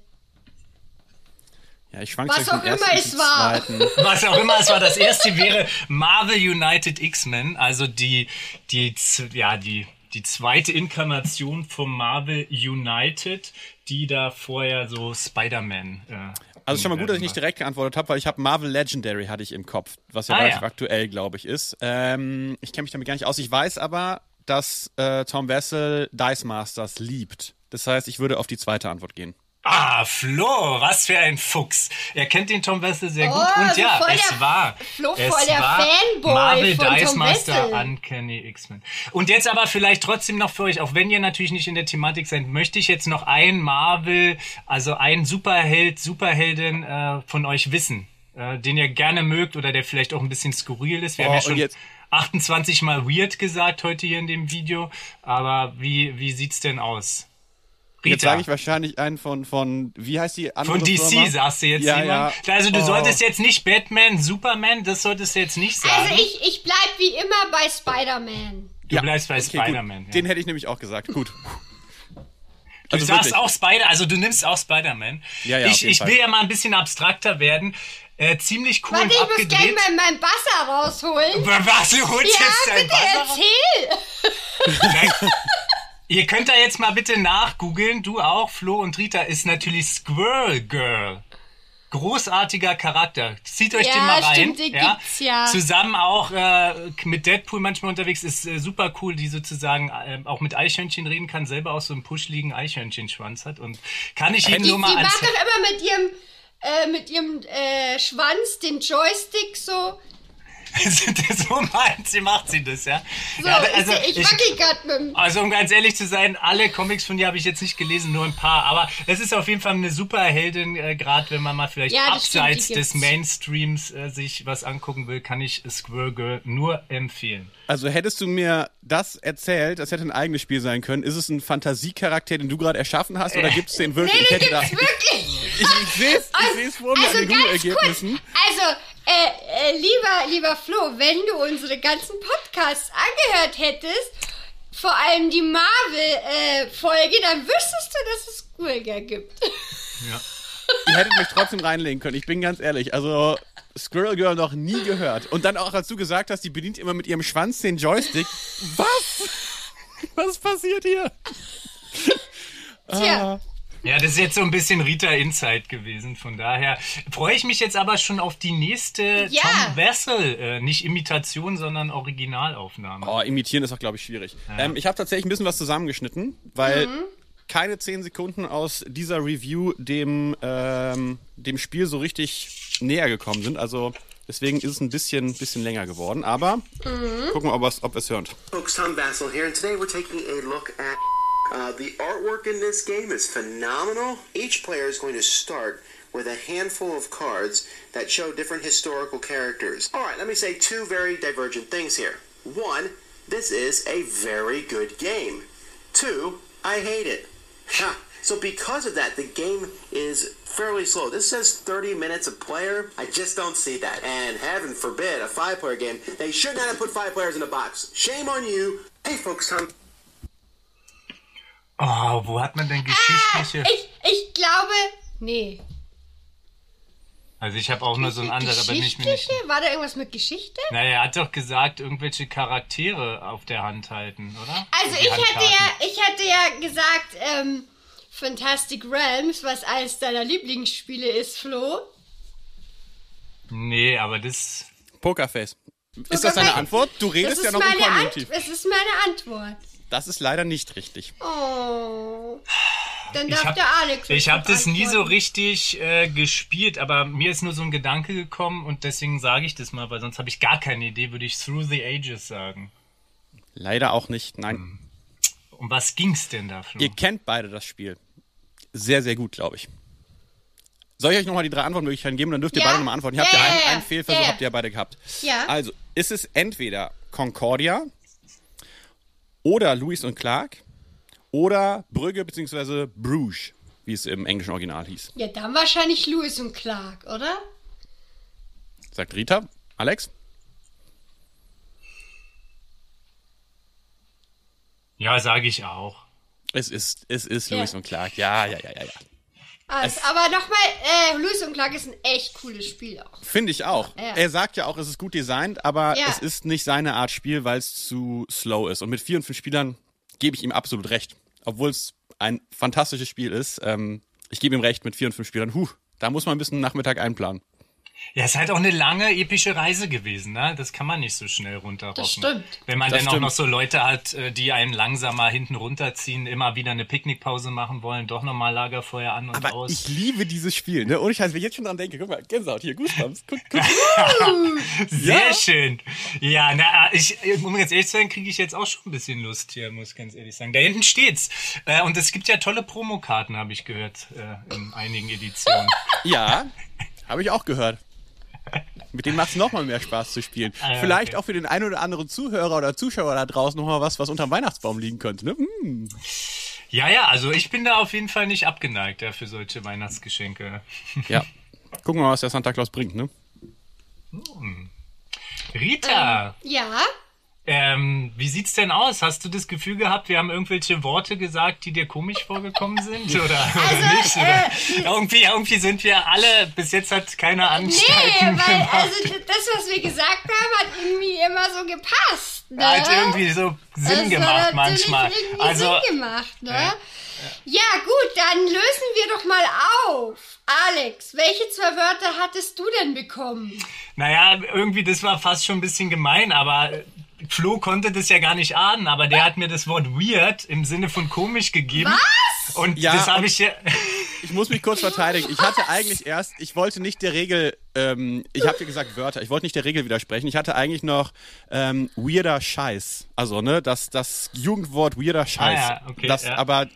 Speaker 4: Ja, ich schwank
Speaker 3: Was
Speaker 4: zwischen
Speaker 3: auch
Speaker 4: dem
Speaker 3: immer
Speaker 4: ersten
Speaker 3: es
Speaker 4: und
Speaker 3: war.
Speaker 4: zweiten.
Speaker 2: Was auch immer es war, das erste wäre Marvel United X-Men, also die, die, z- ja, die, die zweite Inkarnation von Marvel United, die da vorher so Spider-Man. Äh,
Speaker 4: Also schon mal gut, dass ich nicht
Speaker 2: war.
Speaker 4: direkt geantwortet habe, weil ich habe Marvel Legendary hatte ich im Kopf, was ja
Speaker 2: Ah,
Speaker 4: relativ
Speaker 2: ja.
Speaker 4: aktuell, glaube ich, ist. Ähm, ich kenne mich damit gar nicht aus. Ich weiß aber, dass äh, Tom Wessel Dice Masters liebt. Das heißt, ich würde auf die zweite Antwort gehen.
Speaker 2: Ah, Flo, was für ein Fuchs. Er kennt den Tom Wessel sehr gut.
Speaker 3: Oh,
Speaker 2: Und
Speaker 3: so
Speaker 2: ja,
Speaker 3: voll
Speaker 2: es
Speaker 3: der-
Speaker 2: war.
Speaker 3: Flo, voll
Speaker 2: es
Speaker 3: der
Speaker 2: war
Speaker 3: Fanboy
Speaker 2: Marvel
Speaker 3: von
Speaker 2: Dice
Speaker 3: Tom
Speaker 2: Master
Speaker 3: Wessel.
Speaker 2: Uncanny X-Men. Und jetzt aber vielleicht trotzdem noch für euch, auch wenn ihr natürlich nicht in der Thematik seid, möchte ich jetzt noch ein Marvel, also ein Superheld, Superheldin äh, von euch wissen, äh, den ihr gerne mögt oder der vielleicht auch ein bisschen skurril ist. Wir
Speaker 4: Oh,
Speaker 2: haben ja
Speaker 4: und
Speaker 2: schon
Speaker 4: jetzt-
Speaker 2: 28 Mal weird gesagt heute hier in dem Video. Aber wie, wie sieht's denn aus? Rita.
Speaker 4: Jetzt sage ich wahrscheinlich einen von, von, wie heißt die andere
Speaker 2: Von DC
Speaker 4: Firma?
Speaker 2: sagst du jetzt
Speaker 4: ja,
Speaker 2: Simon?
Speaker 4: Ja.
Speaker 2: Also du
Speaker 4: Oh.
Speaker 2: solltest jetzt nicht Batman, Superman, das solltest du jetzt nicht sagen.
Speaker 3: Also ich, ich bleib wie immer bei Spider-Man.
Speaker 2: du bleibst bei
Speaker 4: Okay, gut.
Speaker 2: Spider-Man. Ja.
Speaker 4: Den hätte ich nämlich auch gesagt. Gut.
Speaker 2: Du
Speaker 4: also
Speaker 2: sagst
Speaker 4: wirklich.
Speaker 2: auch Spider, also du nimmst auch Spider-Man.
Speaker 4: Ja, ja, auf
Speaker 2: ich
Speaker 4: jeden
Speaker 2: ich
Speaker 4: Fall.
Speaker 2: will ja mal ein bisschen abstrakter werden. Äh, ziemlich cool
Speaker 3: Warte,
Speaker 2: und
Speaker 3: ich muss gleich
Speaker 2: abgedreht.
Speaker 3: mal meinen Basser rausholen.
Speaker 2: Was, du holst jetzt
Speaker 3: Ja,
Speaker 2: dein
Speaker 3: bitte
Speaker 2: Wasser raus?
Speaker 3: erzähl.
Speaker 2: Nein. Ihr könnt da jetzt mal bitte nachgoogeln. Du auch, Flo und Rita ist natürlich Squirrel Girl. Großartiger Charakter. Zieht euch
Speaker 3: Ja,
Speaker 2: den mal rein.
Speaker 3: stimmt, den gibt's ja.
Speaker 2: Zusammen auch äh, mit Deadpool manchmal unterwegs ist äh, super cool, die sozusagen äh, auch mit Eichhörnchen reden kann, selber auch so einen puschligen Eichhörnchenschwanz hat und kann ich
Speaker 3: Die,
Speaker 2: Ihnen
Speaker 3: Äh, die
Speaker 2: nur mal
Speaker 3: macht
Speaker 2: ans
Speaker 3: doch immer mit ihrem, äh, mit ihrem äh, Schwanz den Joystick so.
Speaker 2: so meint sie macht sie das, ja.
Speaker 3: So,
Speaker 2: ja,
Speaker 3: ich, ich wackel grad mit dem.
Speaker 2: Also um ganz ehrlich zu sein, alle Comics von ihr habe ich jetzt nicht gelesen, nur ein paar. Aber es ist auf jeden Fall eine Superheldin, äh, gerade wenn man mal vielleicht
Speaker 3: Ja, das stimmt, die
Speaker 2: abseits des
Speaker 3: gibt's.
Speaker 2: Mainstreams äh, sich was angucken will, kann ich Squirrel Girl nur empfehlen.
Speaker 4: Also hättest du mir das erzählt, das hätte ein eigenes Spiel sein können. Ist es ein Fantasiecharakter, den du gerade erschaffen hast, oder gibt's den wirklich?
Speaker 3: Nee,
Speaker 4: ich
Speaker 3: den
Speaker 4: hätte da,
Speaker 3: gibt's wirklich.
Speaker 4: ich, ich sehe es ich seh's vor mir
Speaker 3: also
Speaker 4: an den
Speaker 3: ganz kurz,
Speaker 4: Google-Ergebnissen.
Speaker 3: also äh, äh, lieber, lieber Flo, wenn du unsere ganzen Podcasts angehört hättest, vor allem die Marvel-Folge, dann wüsstest du, dass es Squirger gibt.
Speaker 4: Ihr hättet mich trotzdem reinlegen können, ich bin ganz ehrlich. Also Squirrel Girl noch nie gehört. Und dann auch, als du gesagt hast, die bedient immer mit ihrem Schwanz den Joystick. Was? Was passiert hier? Ah.
Speaker 3: Tja,
Speaker 2: Ja, das ist jetzt so ein bisschen Rita Insight gewesen. Von daher freue ich mich jetzt aber schon auf die nächste
Speaker 3: Ja.
Speaker 2: Tom Wessel, äh, nicht Imitation, sondern Originalaufnahme.
Speaker 4: Oh, imitieren ist auch, glaube ich, schwierig. Ähm, ich habe tatsächlich ein bisschen was zusammengeschnitten, weil
Speaker 3: Mhm.
Speaker 4: keine zehn Sekunden aus dieser Review dem, ähm, dem Spiel so richtig näher gekommen sind. Also deswegen ist es ein bisschen, bisschen länger geworden. Aber
Speaker 3: Mhm.
Speaker 4: gucken wir, ob es, ob es hört.
Speaker 7: Folks, Tom Vassell here, and today we're taking a look at uh, the artwork in this game is phenomenal. Each player is going to start with a handful of cards that show different historical characters. All right, let me say two very divergent things here. One, this is a very good game. Two, I hate it. Ha. So because of that, the game is fairly slow. This says 30 minutes a player. I just don't see that. And heaven forbid, a five-player game. They should not have put five players in a box. Shame on you. Hey, folks, Tom
Speaker 2: Oh, wo hat man denn
Speaker 3: ah,
Speaker 2: geschichtliche...
Speaker 3: ich, ich glaube, nee.
Speaker 2: also ich habe auch nur so ein anderes, aber nicht mir nicht...
Speaker 3: Geschichtliche? War da irgendwas mit Geschichte?
Speaker 2: Naja, er hat doch gesagt, irgendwelche Charaktere auf der Hand halten, oder?
Speaker 3: Also
Speaker 2: Die
Speaker 3: ich hatte,
Speaker 2: Handkarten.
Speaker 3: ja, ich hatte ja gesagt, ähm, Fantastic Realms, was eines deiner Lieblingsspiele ist, Flo.
Speaker 2: Nee, aber das.
Speaker 4: Pokerface. Ist das deine
Speaker 3: mein-
Speaker 4: Antwort? Du redest
Speaker 3: das
Speaker 4: ja
Speaker 3: ist
Speaker 4: noch im
Speaker 3: meine
Speaker 4: Konjunktiv.
Speaker 3: Ant- Das ist meine Antwort.
Speaker 4: Das ist leider nicht richtig.
Speaker 3: Oh. Dann
Speaker 2: Ich
Speaker 3: darf
Speaker 2: hab-
Speaker 3: der Alex.
Speaker 2: Ich
Speaker 3: was
Speaker 2: habe das nie so
Speaker 3: antworten.
Speaker 2: richtig äh, gespielt, aber mir ist nur so ein Gedanke gekommen und deswegen sage ich das mal, weil sonst habe ich gar keine Idee, würde ich Through the Ages sagen.
Speaker 4: Leider auch nicht. Nein.
Speaker 2: Um was ging's denn da, Flo?
Speaker 4: Ihr kennt beide das Spiel. Sehr, sehr gut, glaube ich. Soll ich euch nochmal die drei Antwortmöglichkeiten geben? Dann dürft ihr
Speaker 3: Ja.
Speaker 4: beide nochmal antworten. Ihr habt
Speaker 3: Ja,
Speaker 4: ja
Speaker 3: ja,
Speaker 4: einen,
Speaker 3: ja.
Speaker 4: einen Fehlversuch,
Speaker 3: Ja, ja.
Speaker 4: habt ihr ja beide gehabt.
Speaker 3: Ja.
Speaker 4: Also, ist es entweder Concordia oder Louis und Clark oder Brügge bzw. Bruges, wie es im englischen Original hieß?
Speaker 3: Ja, dann wahrscheinlich Lewis und Clark, oder?
Speaker 4: Sagt Rita. Alex?
Speaker 2: Ja, sage ich auch.
Speaker 4: Es ist, es ist Louis und Clark. Ja, ja, ja, ja, ja.
Speaker 3: Alles. Aber nochmal, äh, Lewis und Clark ist ein echt cooles Spiel auch.
Speaker 4: Finde ich auch.
Speaker 3: Ja.
Speaker 4: Er sagt ja auch, es ist gut designt, aber
Speaker 3: Ja.
Speaker 4: es ist nicht seine Art Spiel, weil es zu slow ist. Und mit vier und fünf Spielern gebe ich ihm absolut recht. Obwohl es ein fantastisches Spiel ist. Ähm, ich gebe ihm recht mit vier und fünf Spielern. Huh, da muss man ein bisschen Nachmittag einplanen.
Speaker 2: Ja, ist halt auch eine lange epische Reise gewesen, ne? Das kann man nicht so schnell runterrocken.
Speaker 3: Das stimmt.
Speaker 2: Wenn man
Speaker 4: Das
Speaker 2: dann auch
Speaker 4: stimmt.
Speaker 2: noch so Leute hat, äh, die einen langsamer hinten runterziehen, immer wieder eine Picknickpause machen wollen, doch nochmal Lagerfeuer an und
Speaker 4: Aber
Speaker 2: aus.
Speaker 4: ich liebe dieses Spiel. Ne? Und ich heiße, wenn ich jetzt schon dran denke, guck mal, Gänsehaut hier, Goosebumps. Guck, guck.
Speaker 2: Sehr
Speaker 4: Ja.
Speaker 2: schön. Ja, na, ich, um ganz ehrlich zu sein, kriege ich jetzt auch schon ein bisschen Lust hier, muss ich ganz ehrlich sagen. Da hinten steht's. Äh, und es gibt ja tolle Promokarten, habe ich gehört, äh, in einigen Editionen.
Speaker 4: ja, habe ich auch gehört. Mit denen macht es nochmal mehr Spaß zu spielen.
Speaker 2: Ah, ja,
Speaker 4: Vielleicht
Speaker 2: okay.
Speaker 4: auch für den einen oder anderen Zuhörer oder Zuschauer da draußen nochmal was, was unterm Weihnachtsbaum liegen könnte. Ne? Mm.
Speaker 2: ja, ja, also ich bin da auf jeden Fall nicht abgeneigt ja, für solche Weihnachtsgeschenke.
Speaker 4: Ja. Gucken wir mal, was der Santa Claus bringt, ne?
Speaker 2: Rita,
Speaker 3: Ja?
Speaker 2: ähm, wie sieht's denn aus? Hast du das Gefühl gehabt, wir haben irgendwelche Worte gesagt, die dir komisch vorgekommen sind? Oder,
Speaker 3: Also,
Speaker 2: oder nicht?
Speaker 3: äh,
Speaker 2: Oder? irgendwie, irgendwie sind wir alle, bis jetzt hat keiner Anstalten
Speaker 3: Nee, weil
Speaker 2: gemacht.
Speaker 3: also d- das, was wir gesagt haben, hat irgendwie immer so gepasst. Ne?
Speaker 2: Hat Halt irgendwie so Sinn
Speaker 3: Das hat natürlich
Speaker 2: gemacht manchmal.
Speaker 3: Irgendwie
Speaker 2: Also,
Speaker 3: Sinn gemacht, ne?
Speaker 2: Ja.
Speaker 3: Ja. gut, dann lösen wir doch mal auf. Alex, welche zwei Wörter hattest du denn bekommen?
Speaker 2: naja, irgendwie, das war fast schon ein bisschen gemein, aber Flo konnte das ja gar nicht ahnen, aber der hat mir das Wort weird im Sinne von komisch gegeben. Was? Und
Speaker 4: Ja,
Speaker 2: das
Speaker 4: und-
Speaker 2: habe ich ja.
Speaker 4: Ich muss mich kurz verteidigen. Ich hatte eigentlich erst, ich wollte nicht der Regel, ähm, ich habe dir gesagt Wörter, ich wollte nicht der Regel widersprechen. Ich hatte eigentlich noch ähm, weirder Scheiß. Also, ne, das, das Jugendwort weirder Scheiß.
Speaker 2: Ah ja, okay,
Speaker 4: das,
Speaker 2: ja.
Speaker 4: Aber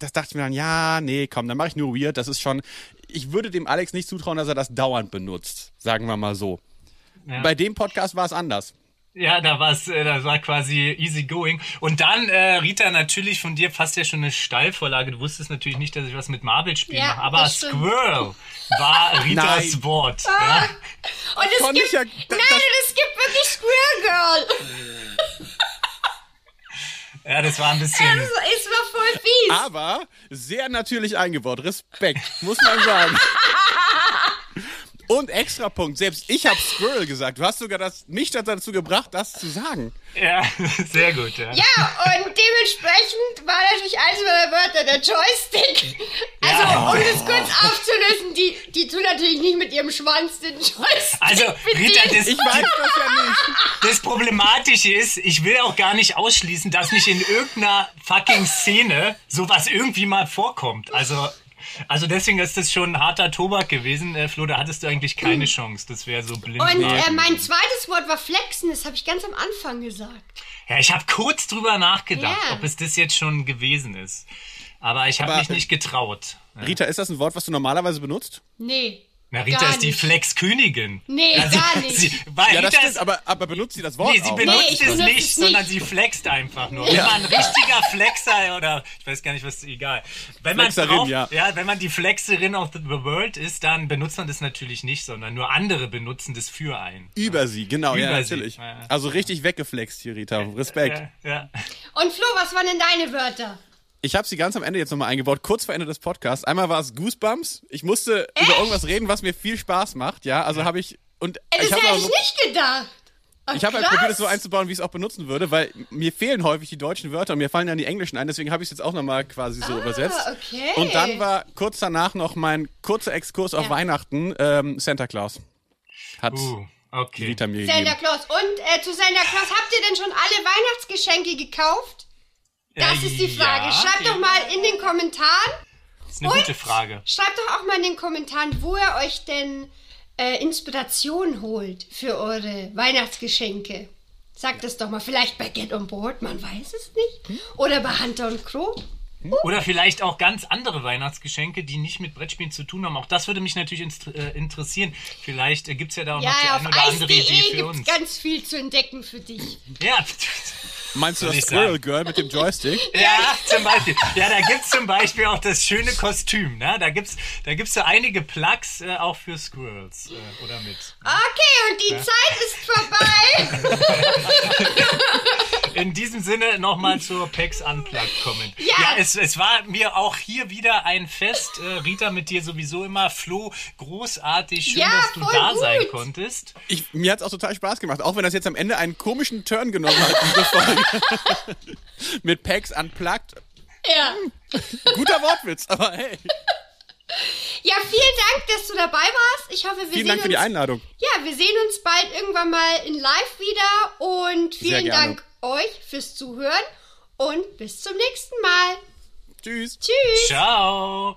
Speaker 4: das dachte ich mir dann, ja, nee, komm, dann mache ich nur weird. Das ist schon, ich würde dem Alex nicht zutrauen, dass er das dauernd benutzt. Sagen wir mal so. Bei dem Podcast war es anders.
Speaker 2: Ja, da war's, äh, das war quasi easy going. Und dann, äh, Rita, natürlich von dir fast ja schon eine Steilvorlage. Du wusstest natürlich nicht, dass ich was mit Marvel spiele,
Speaker 3: Ja,
Speaker 2: mache, aber
Speaker 3: das stimmt. Ah.
Speaker 2: Squirrel war Ritas
Speaker 4: Nein.
Speaker 2: Wort. Ja?
Speaker 3: Und es
Speaker 4: Konnte
Speaker 3: gibt,
Speaker 4: ich ja-
Speaker 3: nein,
Speaker 4: das-
Speaker 3: und es gibt wirklich Squirrel Girl.
Speaker 2: ja, das war ein bisschen.
Speaker 3: Also, es war voll fies.
Speaker 2: Ah.
Speaker 4: aber sehr natürlich eingebaut. Respekt, muss man sagen. Und extra Punkt, selbst ich habe Squirrel gesagt. Du hast sogar das, mich dazu gebracht, das zu sagen.
Speaker 2: Ja, sehr gut. Ja.
Speaker 3: Ja, und dementsprechend war natürlich eins meiner Wörter der Joystick. Also, um das kurz aufzulösen, die, die tun natürlich nicht mit ihrem Schwanz den Joystick.
Speaker 2: Also, Rita,
Speaker 3: bedienen.
Speaker 2: das,
Speaker 4: Ich weiß das ja nicht.
Speaker 2: das Problematische ist, ich will auch gar nicht ausschließen, dass nicht in irgendeiner fucking Szene sowas irgendwie mal vorkommt. Also, also deswegen ist das schon ein harter Tobak gewesen. Äh, Flo, da hattest du eigentlich keine Chance. Das wäre so blind.
Speaker 3: Hm. Und
Speaker 2: raten.
Speaker 3: äh, mein zweites Wort war flexen, das habe ich ganz am Anfang gesagt.
Speaker 2: Ja, ich habe kurz drüber nachgedacht,
Speaker 3: Ja.
Speaker 2: ob es das jetzt schon gewesen ist. Aber ich habe
Speaker 4: Aber-
Speaker 2: mich nicht getraut.
Speaker 4: Rita, ist das ein Wort, was du normalerweise benutzt?
Speaker 3: Nee.
Speaker 2: Na, Rita
Speaker 3: gar
Speaker 2: ist die
Speaker 3: nicht.
Speaker 2: Flexkönigin. Also,
Speaker 3: Nee, gar nicht.
Speaker 2: Sie, weil
Speaker 4: Ja, das
Speaker 2: Rita
Speaker 4: stimmt,
Speaker 2: ist,
Speaker 4: aber, aber benutzt sie das Wort
Speaker 2: nee, sie
Speaker 4: auch?
Speaker 3: Nee,
Speaker 2: benutzt
Speaker 3: ich
Speaker 2: es
Speaker 3: benutze
Speaker 2: nicht,
Speaker 3: es
Speaker 2: sondern
Speaker 3: nicht.
Speaker 2: sie flext einfach nur. Wenn man ein richtiger Flexer oder ich weiß gar nicht, was egal. Wenn man
Speaker 4: Flexerin,
Speaker 2: drauf,
Speaker 4: ja.
Speaker 2: ja, wenn man die Flexerin of the world ist, dann benutzt man das natürlich nicht, sondern nur andere benutzen das für einen.
Speaker 4: Über sie, genau, ja,
Speaker 2: Über sie.
Speaker 4: natürlich.
Speaker 2: Ja, ja.
Speaker 4: Also richtig weggeflext hier, Rita. Respekt.
Speaker 2: Ja, ja.
Speaker 3: Und Flo, was waren denn deine Wörter?
Speaker 4: Ich habe sie ganz am Ende jetzt nochmal eingebaut, kurz vor Ende des Podcasts. Einmal war es Goosebumps. Ich musste über irgendwas reden, was mir viel Spaß macht. Ja, also habe ich. Und
Speaker 3: Äh, Das
Speaker 4: ich habe
Speaker 3: hätte
Speaker 4: aber
Speaker 3: ich
Speaker 4: so-
Speaker 3: nicht gedacht. Ach,
Speaker 4: Ich habe halt
Speaker 3: krass.
Speaker 4: probiert, es so einzubauen, wie ich es auch benutzen würde, weil mir fehlen häufig die deutschen Wörter und mir fallen dann die englischen ein, deswegen habe ich es jetzt auch nochmal quasi so übersetzt.
Speaker 3: Ah, okay.
Speaker 4: Und dann war kurz danach noch mein kurzer Exkurs auf Weihnachten, ähm, Santa Claus. Hat
Speaker 2: Uh, okay.
Speaker 4: Rita mir
Speaker 3: Santa
Speaker 4: gegeben.
Speaker 3: Claus. Und äh, zu Santa Claus, habt ihr denn schon alle Weihnachtsgeschenke gekauft? Das
Speaker 2: Äh,
Speaker 3: ist die Frage.
Speaker 2: ja.
Speaker 3: Schreibt doch mal in den Kommentaren.
Speaker 2: Das ist eine gute Frage.
Speaker 3: Schreibt doch auch mal in den Kommentaren, wo ihr euch denn äh, Inspiration holt für eure Weihnachtsgeschenke. Sagt es doch mal, vielleicht bei Get On Board, man weiß es nicht. Oder bei Hunter und Crow.
Speaker 2: Hm? Oder vielleicht auch ganz andere Weihnachtsgeschenke, die nicht mit Brettspielen zu tun haben. Auch das würde mich natürlich inst- äh, interessieren. Vielleicht äh, gibt es ja da auch
Speaker 3: Ja,
Speaker 2: noch die
Speaker 3: ja,
Speaker 2: eine
Speaker 3: auf
Speaker 2: oder andere Idee
Speaker 3: ice.de
Speaker 2: für
Speaker 3: gibt's
Speaker 2: uns. Hm.
Speaker 3: ganz viel zu entdecken für dich.
Speaker 2: Ja.
Speaker 4: Meinst du
Speaker 2: Soll
Speaker 4: das
Speaker 2: ich sagen?
Speaker 4: Squirrel Girl mit dem Joystick?
Speaker 2: Ja, zum Beispiel. Ja, da gibt's zum Beispiel auch das schöne Kostüm. Ne? Da gibt's da gibt's so einige Plugs äh, auch für Squirrels äh, oder mit.
Speaker 3: Okay, und die Zeit ist vorbei.
Speaker 2: In diesem Sinne nochmal zur PEX Unplugged kommen. Ja,
Speaker 3: Ja.
Speaker 2: es, es war mir auch hier wieder ein Fest. Äh, Rita, mit dir sowieso immer. Flo, großartig. Schön,
Speaker 3: Ja,
Speaker 2: dass du
Speaker 3: voll
Speaker 2: da
Speaker 3: gut.
Speaker 2: sein konntest.
Speaker 4: Ich, mir hat es auch total Spaß gemacht, auch wenn das jetzt am Ende einen komischen Turn genommen hat, diese Folge. Mit Packs unplugged.
Speaker 3: ja.
Speaker 4: Guter Wortwitz, aber hey.
Speaker 3: ja, vielen Dank, dass du dabei warst. Ich hoffe, wir sehen
Speaker 4: Vielen Dank
Speaker 3: uns.
Speaker 4: für die Einladung.
Speaker 3: Ja, wir sehen uns bald irgendwann mal in Live wieder und
Speaker 4: Sehr
Speaker 3: vielen
Speaker 4: gerne.
Speaker 3: Dank euch fürs Zuhören und bis zum nächsten Mal.
Speaker 4: Tschüss.
Speaker 3: Tschüss.
Speaker 2: Ciao.